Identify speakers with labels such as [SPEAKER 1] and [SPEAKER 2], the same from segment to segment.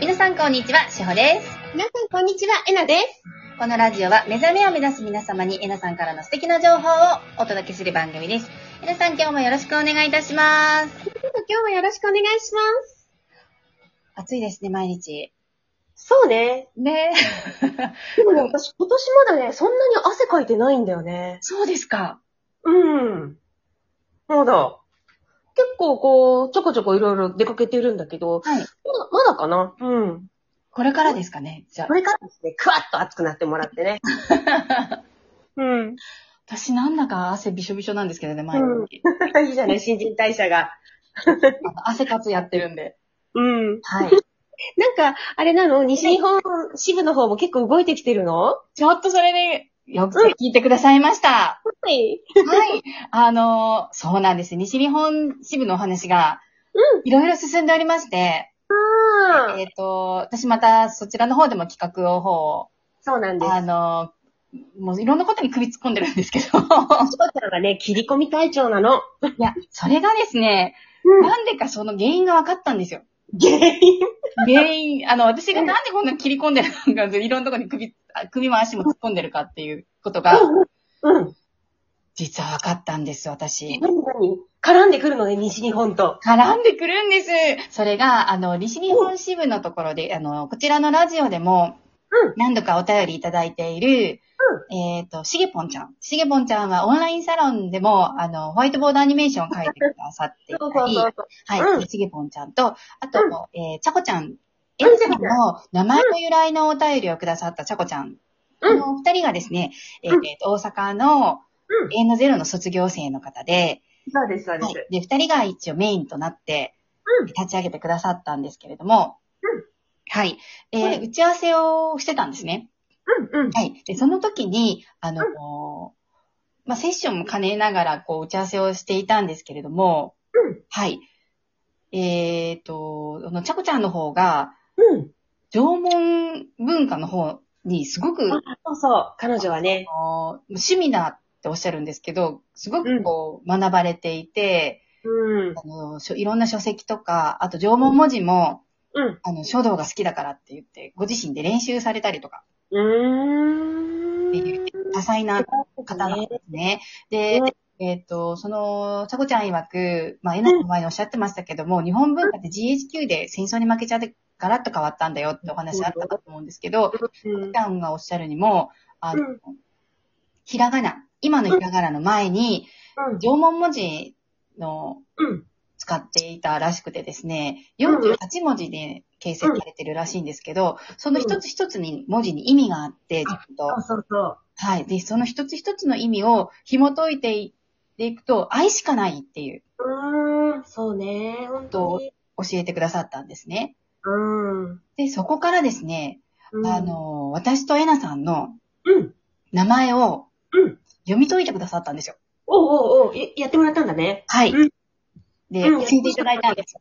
[SPEAKER 1] 皆さんこんにちは、しほです。
[SPEAKER 2] 皆さん、こんにちは。えなです。
[SPEAKER 1] このラジオは目覚めを目指す皆様にえなさんからの素敵な情報をお届けする番組です。えなさん今日もよろしくお願いいたします。
[SPEAKER 2] ちょっと今日もよろしくお願いします。
[SPEAKER 1] 暑いですね、毎日。
[SPEAKER 2] そうね。
[SPEAKER 1] ね
[SPEAKER 2] でもね、私、今年まだね、そんなに汗かいてないんだよね。
[SPEAKER 1] そうですか。
[SPEAKER 2] うん。まだ。結構こう、ちょこちょこいろいろ出かけてるんだけ
[SPEAKER 1] は
[SPEAKER 2] ど、
[SPEAKER 1] い。
[SPEAKER 2] まだ、まだかなうん。
[SPEAKER 1] これからですかね、じゃあ
[SPEAKER 2] こ。れからですね、くわっと熱くなってもらってね。 うん。
[SPEAKER 1] 私なんだか汗びしょびしょなんですけどね、毎日。
[SPEAKER 2] いいじゃない、新人代謝が。
[SPEAKER 1] あの汗活やってるんで。
[SPEAKER 2] うん。
[SPEAKER 1] はい。
[SPEAKER 2] なんか、あれなの西日本支部の方も結構動いてきてるのは
[SPEAKER 1] ちょっとそれで、よく聞いてくださいました。
[SPEAKER 2] い。
[SPEAKER 1] はい。あのーそうなんです。西日本支部のお話が、いろいろ進んでおりまして、
[SPEAKER 2] あ
[SPEAKER 1] えっ、と、私またそちらの方でも企画を方を、
[SPEAKER 2] そうなんです。
[SPEAKER 1] あのーもういろんなことに首突っ込んでるんですけど、
[SPEAKER 2] しこちゃんがね、切り込み隊長なの。
[SPEAKER 1] いや、それがですね、
[SPEAKER 2] う。
[SPEAKER 1] なんでかその原因が分かったんですよ。
[SPEAKER 2] 原因。
[SPEAKER 1] 原因、あの、私がなんでこんな切り込んでるのか、いろんなとこに首、あ首も足も突っ込んでるかっていうことが、
[SPEAKER 2] うん。
[SPEAKER 1] 実は分かったんです、私。
[SPEAKER 2] 何何絡んでくるのね、西日本と。
[SPEAKER 1] 絡んでくるんです。それが、あの、西日本支部のところで、あの、こちらのラジオでも
[SPEAKER 2] うん、
[SPEAKER 1] 何度かお便りいただいている、えっ、と、しげぽんちゃん。しげぽんちゃんはオンラインサロンでも、あの、ホワイトボードアニメーションを描いてくださってい
[SPEAKER 2] そう
[SPEAKER 1] た
[SPEAKER 2] そう
[SPEAKER 1] り、
[SPEAKER 2] そう。う
[SPEAKER 1] はい、しげぽんちゃんと、あと、えーちゃこちゃん、え
[SPEAKER 2] うん
[SPEAKER 1] んさんの名前の由来のお便りをくださったちゃこちゃん。こ
[SPEAKER 2] うん
[SPEAKER 1] のお二人がですね、えー
[SPEAKER 2] うん
[SPEAKER 1] えーと大阪の
[SPEAKER 2] うん
[SPEAKER 1] A のゼロの卒業生の方で、
[SPEAKER 2] そうです、そうで
[SPEAKER 1] はい
[SPEAKER 2] す。。
[SPEAKER 1] で、二人が一応メインとなって
[SPEAKER 2] うん、
[SPEAKER 1] 立ち上げてくださったんですけれども、
[SPEAKER 2] うん
[SPEAKER 1] はい。えー
[SPEAKER 2] はい
[SPEAKER 1] 打ち合わせをしてたんですね。
[SPEAKER 2] うん、うん。
[SPEAKER 1] はい。で、その時に、あの、こうまあ、セッションも兼ねながら、こう、打ち合わせをしていたんですけれども、
[SPEAKER 2] うん
[SPEAKER 1] はい。えっ、と、あの、ちゃこちゃんの方が、
[SPEAKER 2] うん。
[SPEAKER 1] 縄文文化の方にすごく、あ
[SPEAKER 2] そうそう。彼女はね。
[SPEAKER 1] の趣味だっておっしゃるんですけど、すごくこう、学ばれていて、
[SPEAKER 2] うん。
[SPEAKER 1] あの、しょいろんな書籍とか、あと縄文文字も、
[SPEAKER 2] うん。
[SPEAKER 1] あの、書道が好きだからって言って、ご自身で練習されたりとか、
[SPEAKER 2] うーん。
[SPEAKER 1] 多彩な方なんですね。で、えっ、と、その、ちゃこちゃん曰く、まあ、えなの前におっしゃってましたけども、日本文化って GHQ で戦争に負けちゃって、ガラッと変わったんだよってお話あったかと思うんですけど、
[SPEAKER 2] うん
[SPEAKER 1] ちゃんがおっしゃるにも、あの、
[SPEAKER 2] うん
[SPEAKER 1] ひらがな、今のひらがなの前に、
[SPEAKER 2] う
[SPEAKER 1] 縄文文字の
[SPEAKER 2] ん。
[SPEAKER 1] 使っていたらしくてですね、48文字で形成されてるらしいんですけど、その一つ一つに文字に意味があって、ちゃん
[SPEAKER 2] そ
[SPEAKER 1] と
[SPEAKER 2] う。そうそう。
[SPEAKER 1] はい。で、その一つ一つの意味を紐解いていっていくと、愛しかないっていう、
[SPEAKER 2] うーん。そうね。本当に。
[SPEAKER 1] 教えてくださったんですね。
[SPEAKER 2] うん。
[SPEAKER 1] で、そこからですね、
[SPEAKER 2] うん
[SPEAKER 1] あ、の、私とエナさんの
[SPEAKER 2] うん。
[SPEAKER 1] 名前を
[SPEAKER 2] うん
[SPEAKER 1] 読み解いてくださったんですよ。
[SPEAKER 2] おうおうおう、えやってもらったんだね。
[SPEAKER 1] はい。
[SPEAKER 2] うん
[SPEAKER 1] で、
[SPEAKER 2] うん
[SPEAKER 1] 教えていただいたんです。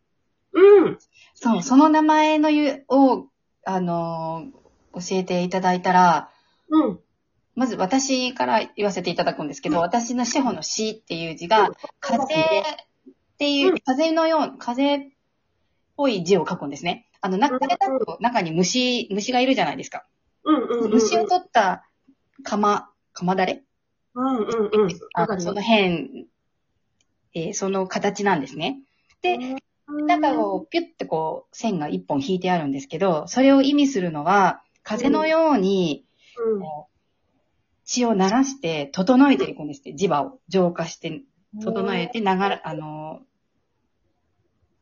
[SPEAKER 2] うん。
[SPEAKER 1] そう、その名前のゆを、あの教えていただいたら、
[SPEAKER 2] うん。
[SPEAKER 1] まず私から言わせていただくんですけど、私の司法の死っていう字が、風っていう、
[SPEAKER 2] うん
[SPEAKER 1] 風のよう、風っぽい字を書くんですね。あの、な
[SPEAKER 2] うん
[SPEAKER 1] 風だと中に虫、虫がいるじゃないですか。
[SPEAKER 2] うんうんうん。
[SPEAKER 1] 虫を取った釜、釜だれ
[SPEAKER 2] うんうんうん。
[SPEAKER 1] あのその辺、えーその形なんですね。で、中をピュッてこう、線が一本引いてあるんですけど、それを意味するのは、風のように、血を流して、整えていくんですって、磁場を浄化して、整えて、流れ、あの、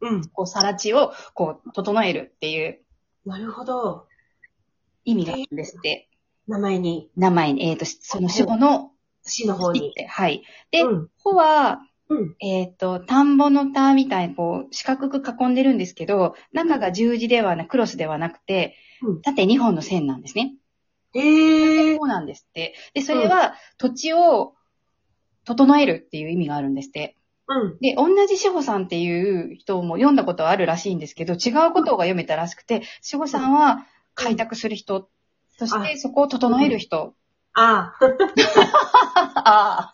[SPEAKER 2] うん。
[SPEAKER 1] こう、さら地を、こう、整えるっていう
[SPEAKER 2] なるほど。
[SPEAKER 1] 意味があるんですって。
[SPEAKER 2] 名前に、
[SPEAKER 1] 名前に、えっ、と、その主語の、
[SPEAKER 2] 死の方
[SPEAKER 1] っ
[SPEAKER 2] に。
[SPEAKER 1] て、はい。で
[SPEAKER 2] うん。
[SPEAKER 1] ここは、
[SPEAKER 2] うん
[SPEAKER 1] えっ、と、田んぼの田みたいに、こう、四角く囲んでるんですけど、中が十字ではなく、クロスではなくて
[SPEAKER 2] うん、
[SPEAKER 1] 縦2本の線なんですね。
[SPEAKER 2] へえ。
[SPEAKER 1] そうなんですって。で、それは、土地を、整えるっていう意味があるんですって。
[SPEAKER 2] うん。
[SPEAKER 1] で、同じ志保さんっていう人も読んだことはあるらしいんですけど、違うことが読めたらしくて、志保さんは開拓する人、そしてそこを整える人。
[SPEAKER 2] ああ。
[SPEAKER 1] ああ。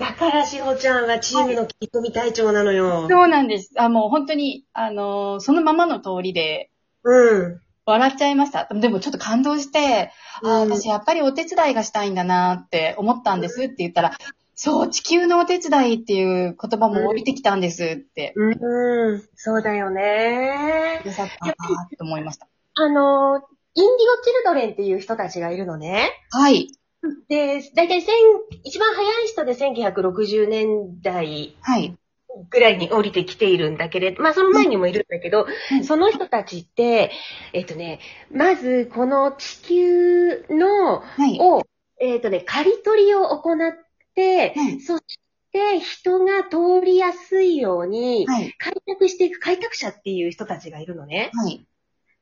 [SPEAKER 2] だから、しほちゃんはチームの切り込み隊長なのよ。
[SPEAKER 1] そうなんです。あ、もう本当に、あのーそのままの通りで、
[SPEAKER 2] うん。
[SPEAKER 1] 笑っちゃいました。でもちょっと感動して、あ、
[SPEAKER 2] うん
[SPEAKER 1] 私やっぱりお手伝いがしたいんだなって思ったんですって言ったら、そう、地球のお手伝いっていう言葉も降りてきたんですって、
[SPEAKER 2] うん。そうだよね。
[SPEAKER 1] よかったなって思いました。
[SPEAKER 2] あの、インディゴ・チルドレンっていう人たちがいるのね。
[SPEAKER 1] はい。
[SPEAKER 2] で、だいたい千、一番早い人で1960年代
[SPEAKER 1] はい。
[SPEAKER 2] ぐらいに降りてきているんだけれど、まあその前にもいるんだけど、
[SPEAKER 1] うん
[SPEAKER 2] その人たちって、えっとね、まずこの地球の、
[SPEAKER 1] はい。
[SPEAKER 2] を、えっとね、刈り取りを行って、
[SPEAKER 1] はい
[SPEAKER 2] そして人が通りやすいように、
[SPEAKER 1] はい。
[SPEAKER 2] 開拓していく開拓者っていう人たちがいるのね。
[SPEAKER 1] はい。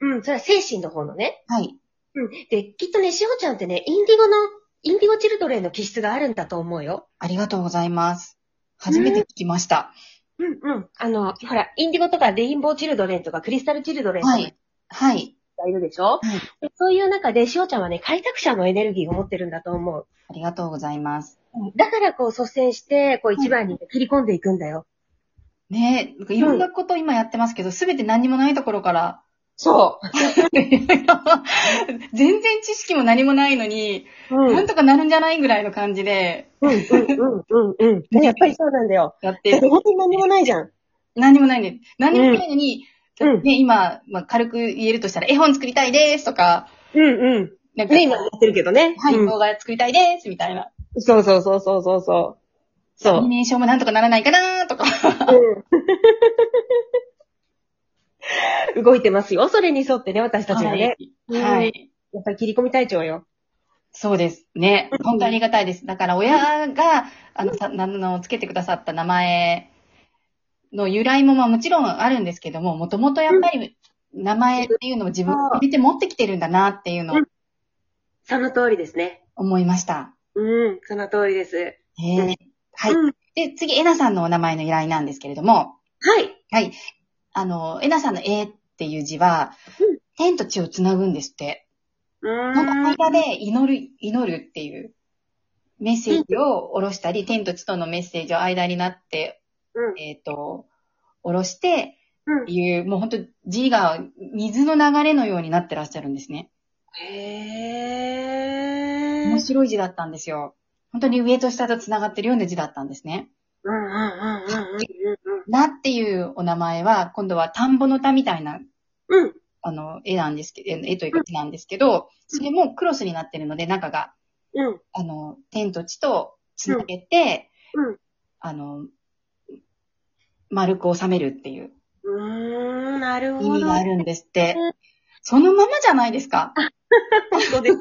[SPEAKER 2] うん、それは精神の方のね。
[SPEAKER 1] はい。
[SPEAKER 2] うん。で、きっとね、しほちゃんってね、インディゴの、インディゴチルドレンの気質があるんだと思うよ。
[SPEAKER 1] ありがとうございます。初めて聞きました。
[SPEAKER 2] うんうん。あの、ほら、インディゴとかレインボーチルドレンとかクリスタルチルドレンとか
[SPEAKER 1] は
[SPEAKER 2] が
[SPEAKER 1] い。はい。
[SPEAKER 2] いるでしょ、
[SPEAKER 1] はい
[SPEAKER 2] でそういう中で、しおちゃんはね、開拓者のエネルギーを持ってるんだと思う。
[SPEAKER 1] ありがとうございます。
[SPEAKER 2] だからこう率先して、こう一番に切り込んでいくんだよ。
[SPEAKER 1] ねえ、なんかいろんなこと今やってますけど、すべて何にもないところから、
[SPEAKER 2] そ
[SPEAKER 1] 全然知識も何もないのに、
[SPEAKER 2] う。うん。う
[SPEAKER 1] なん
[SPEAKER 2] ん
[SPEAKER 1] とかなるんじゃないぐらいの感じで
[SPEAKER 2] うんうんうん。ね やっぱりそうなんだよ。
[SPEAKER 1] やっ
[SPEAKER 2] だ
[SPEAKER 1] て
[SPEAKER 2] って本当に何もないじゃん。
[SPEAKER 1] 何にもないね。何にもないのに、
[SPEAKER 2] うん
[SPEAKER 1] ね、今、まあ、軽く言えるとしたら、絵本作りたいですとか、
[SPEAKER 2] うんうん。
[SPEAKER 1] なんか、
[SPEAKER 2] ね、今やってるけどね。
[SPEAKER 1] はい、
[SPEAKER 2] うん
[SPEAKER 1] 動画作りたいですみたいな。
[SPEAKER 2] そうそうそうそうそうそう。そ
[SPEAKER 1] アニ
[SPEAKER 2] う。
[SPEAKER 1] メーションもなんとかならないかなとか。
[SPEAKER 2] うん 動いてますよ。それに沿ってね、私たちがね。
[SPEAKER 1] はい。はい。
[SPEAKER 2] やっぱり切り込み隊長よ。
[SPEAKER 1] そうです。ね
[SPEAKER 2] う。ん
[SPEAKER 1] 本当にありがたいです。だから親が、あの、さ、あの、つけてくださった名前の由来も、まあもちろんあるんですけども、もともとやっぱり名前っていうのを自分で入れて持ってきてるんだなっていうのを
[SPEAKER 2] その通りですね。
[SPEAKER 1] 思いました。
[SPEAKER 2] うん、その通りです。
[SPEAKER 1] え
[SPEAKER 2] う
[SPEAKER 1] ー
[SPEAKER 2] ん
[SPEAKER 1] はい。
[SPEAKER 2] うん
[SPEAKER 1] で、次、エナさんのお名前の由来なんですけれども、
[SPEAKER 2] はい。
[SPEAKER 1] はい。あの、エナさんのえっていう字は
[SPEAKER 2] うん、
[SPEAKER 1] 天と地をつなぐんですって。
[SPEAKER 2] う
[SPEAKER 1] その
[SPEAKER 2] ーん。
[SPEAKER 1] 間で祈る、祈るっていうメッセージを下ろしたり、天と地とのメッセージを間になって、
[SPEAKER 2] うん
[SPEAKER 1] えっ、と、下ろして、
[SPEAKER 2] うん
[SPEAKER 1] いう、もう本当字が水の流れのようになってらっしゃるんですね。
[SPEAKER 2] へー。
[SPEAKER 1] 面白い字だったんですよ。本当に上と下と繋がってるような字だったんですね。
[SPEAKER 2] うんうんうんうんうん
[SPEAKER 1] なっていうお名前は、今度は田んぼの田みたいな、
[SPEAKER 2] うん。うん。
[SPEAKER 1] あの、絵なんですけど、絵というか字なんですけど、それもクロスになってるので、中が、
[SPEAKER 2] うん。
[SPEAKER 1] あの、天と地とつなげて、
[SPEAKER 2] うんうん
[SPEAKER 1] あの、丸く収めるっていう
[SPEAKER 2] うーん、なる
[SPEAKER 1] 意
[SPEAKER 2] ほ
[SPEAKER 1] 味
[SPEAKER 2] ど。
[SPEAKER 1] があるんですって
[SPEAKER 2] う。
[SPEAKER 1] そのままじゃないですか。
[SPEAKER 2] そうです。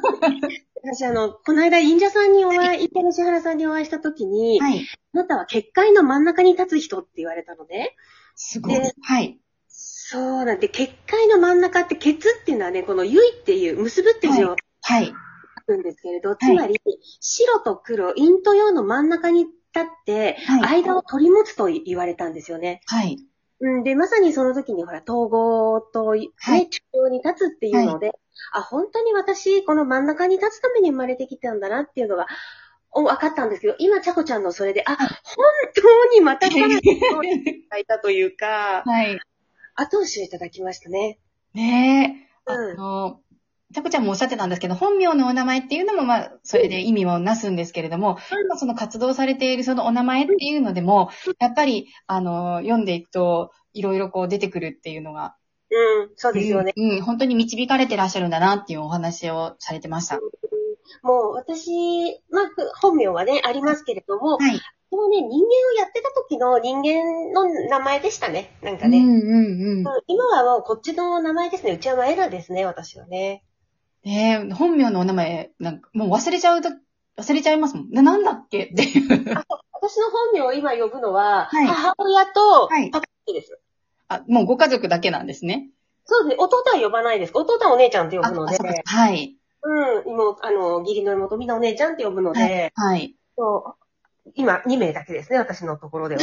[SPEAKER 2] 私、あの、この間、忍者さんにお会い、インテリシハラさんにお会いしたときに、
[SPEAKER 1] はい。
[SPEAKER 2] あなたは結界の真ん中に立つ人って言われたのね。
[SPEAKER 1] すごい
[SPEAKER 2] で。
[SPEAKER 1] はい。
[SPEAKER 2] そうなんで、結界の真ん中って、ケツっていうのはね、このゆいっていう、結ぶって字を
[SPEAKER 1] はい。
[SPEAKER 2] 書くんですけれど、つまり、白と黒、陰と陽の真ん中に立って、
[SPEAKER 1] はい。
[SPEAKER 2] 間を取り持つと言われたんですよね。
[SPEAKER 1] はい。
[SPEAKER 2] うん、で、まさにその時にほら、統合と、ね、
[SPEAKER 1] はい
[SPEAKER 2] 中央に立つっていうので、あ、本当に私、この真ん中に立つために生まれてきたんだなっていうのが、お分かったんですけど、今、ちゃこちゃんのそれで、あ、本当にまたさらにそういいたというか、
[SPEAKER 1] はい。
[SPEAKER 2] 後押しをいただきましたね。
[SPEAKER 1] ねえ。あ
[SPEAKER 2] うん
[SPEAKER 1] の、たこちゃんもおっしゃってたんですけど、本名のお名前っていうのも、まあ、それで意味をなすんですけれども、
[SPEAKER 2] うん
[SPEAKER 1] 今その活動されているそのお名前っていうのでも、やっぱり、あの、読んでいくと、いろいろこう出てくるっていうのが、
[SPEAKER 2] うん、そうですよね。
[SPEAKER 1] うん、本当に導かれてらっしゃるんだなっていうお話をされてました。
[SPEAKER 2] もう私、まあ、本名はね、ありますけれども、
[SPEAKER 1] はい。
[SPEAKER 2] このね、人間をやってた時の人間の名前でしたね。なんか
[SPEAKER 1] うん
[SPEAKER 2] ね。
[SPEAKER 1] うん
[SPEAKER 2] う
[SPEAKER 1] うん
[SPEAKER 2] 今はもうこっちの名前ですね。うちは前らですね、私はね。
[SPEAKER 1] ん。ねえ、本名のお名前、なんか、もう忘れちゃうと、忘れちゃいますもん。な、なんだっけっていう。
[SPEAKER 2] 私の本名を今呼ぶのは、
[SPEAKER 1] はい
[SPEAKER 2] 母親と
[SPEAKER 1] はい
[SPEAKER 2] パパです。
[SPEAKER 1] あ、もうご家族だけなんですね。
[SPEAKER 2] そうですね。弟は呼ばないです。弟はお姉ちゃんって呼
[SPEAKER 1] あ、
[SPEAKER 2] ぶの
[SPEAKER 1] あ
[SPEAKER 2] で、
[SPEAKER 1] そうかはい。
[SPEAKER 2] うん、妹、あの、義理の妹、みんなお姉ちゃんって呼ぶので、
[SPEAKER 1] はい。
[SPEAKER 2] そう今、2名だけですね、私のとこ ろでは。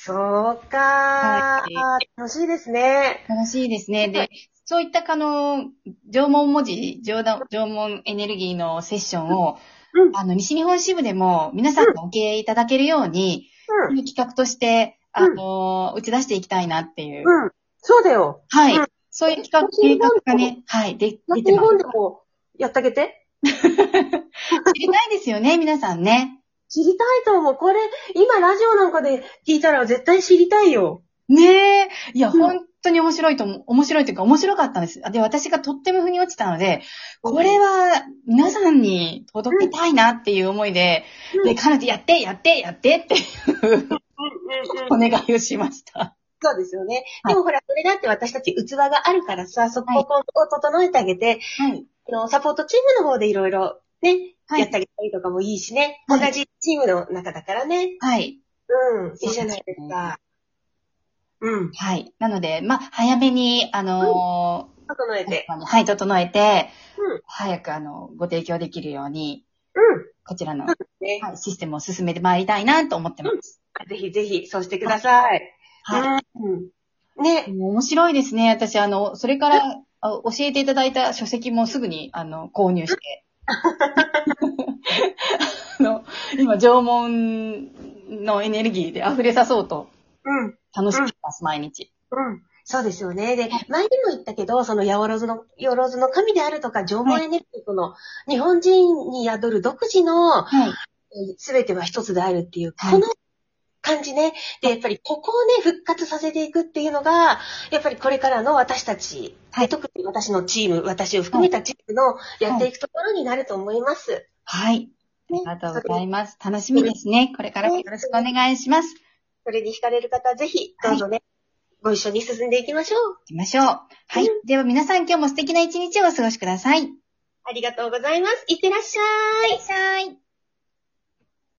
[SPEAKER 2] そうか、
[SPEAKER 1] は
[SPEAKER 2] 楽しいですね。
[SPEAKER 1] 楽しいですね。
[SPEAKER 2] は
[SPEAKER 1] で、そういった、あの、縄文文字、縄文縄文エネルギーのセッションを、
[SPEAKER 2] うん
[SPEAKER 1] あの、西日本支部でも皆さんがお受けいただけるように、
[SPEAKER 2] う
[SPEAKER 1] こ
[SPEAKER 2] ん。
[SPEAKER 1] ういう企画として、
[SPEAKER 2] うん
[SPEAKER 1] あの、打ち出していきたいなっていう。
[SPEAKER 2] うん。そうだよ。。
[SPEAKER 1] はいうそういう企画、
[SPEAKER 2] 東
[SPEAKER 1] 計
[SPEAKER 2] 日本
[SPEAKER 1] 画
[SPEAKER 2] でも
[SPEAKER 1] がね、はい、で、出て
[SPEAKER 2] 日
[SPEAKER 1] ます
[SPEAKER 2] 本。でもやってあげて。
[SPEAKER 1] 知りたいですよね、皆さんね。
[SPEAKER 2] 知りたいと思う。これ、今ラジオなんかで聞いたら絶対知りたいよ。
[SPEAKER 1] ねえ。いや、
[SPEAKER 2] うん
[SPEAKER 1] 本当に面白いと思う、面白いというか面白かったんです。で、私がとっても腑に落ちたので、これは皆さんに届けたいなっていう思いで、
[SPEAKER 2] うん
[SPEAKER 1] で、彼女やって、やって、やってっていうお願いをしました。
[SPEAKER 2] そうですよね。
[SPEAKER 1] はい
[SPEAKER 2] でもほら、それだって私たち器があるからさ、そこを整えてあげて、
[SPEAKER 1] はい。
[SPEAKER 2] あのサポートチームの方でいろいろね、
[SPEAKER 1] はい
[SPEAKER 2] やってあげたりとかもいいしね。
[SPEAKER 1] は
[SPEAKER 2] 同
[SPEAKER 1] い
[SPEAKER 2] じチームの中だからね。
[SPEAKER 1] はい。
[SPEAKER 2] うん、いいじゃないですか。うん、
[SPEAKER 1] はい。なので、まあ、早めに、あの
[SPEAKER 2] 整え
[SPEAKER 1] ー
[SPEAKER 2] て。
[SPEAKER 1] はい、整えて、
[SPEAKER 2] うん
[SPEAKER 1] 早く、あの、ご提供できるように、
[SPEAKER 2] うん、
[SPEAKER 1] こちらの、
[SPEAKER 2] ね。
[SPEAKER 1] はい、システムを進めてまいりたいなと思ってます。
[SPEAKER 2] ぜひぜひ、そうしてください。
[SPEAKER 1] はい。
[SPEAKER 2] うん。ね。
[SPEAKER 1] 面白いですね。私、あの、それから、あ教えていただいた書籍もすぐに、あの、購入 して。あの、今、縄文のエネルギーで溢れさそうと、
[SPEAKER 2] うん。
[SPEAKER 1] 楽しみます、毎日。
[SPEAKER 2] うん。そうですよね。で、前にも言ったけど、その、ヤオロズの、ヤオロズの神であるとか、縄文エネルギー、その、日本人に宿る独自の、
[SPEAKER 1] はい。
[SPEAKER 2] すべては一つであるっていう、
[SPEAKER 1] はい
[SPEAKER 2] この感じね。で、やっぱりここをね、復活させていくっていうのが、やっぱりこれからの私たち、
[SPEAKER 1] はい
[SPEAKER 2] 特に私のチーム、私を含めたチームのやっていくところになると思います。
[SPEAKER 1] はい。ありがとうございます。楽しみですね。これからもよろしくお願いします。
[SPEAKER 2] それに惹かれる方はぜひ、どうぞね、ご一緒に進んでいきましょう。
[SPEAKER 1] 行きましょう。はい。では皆さん今日も素敵な一日をお過ごしください。いっ
[SPEAKER 2] ありがとうございます。いってらっしゃい。
[SPEAKER 1] しゃい。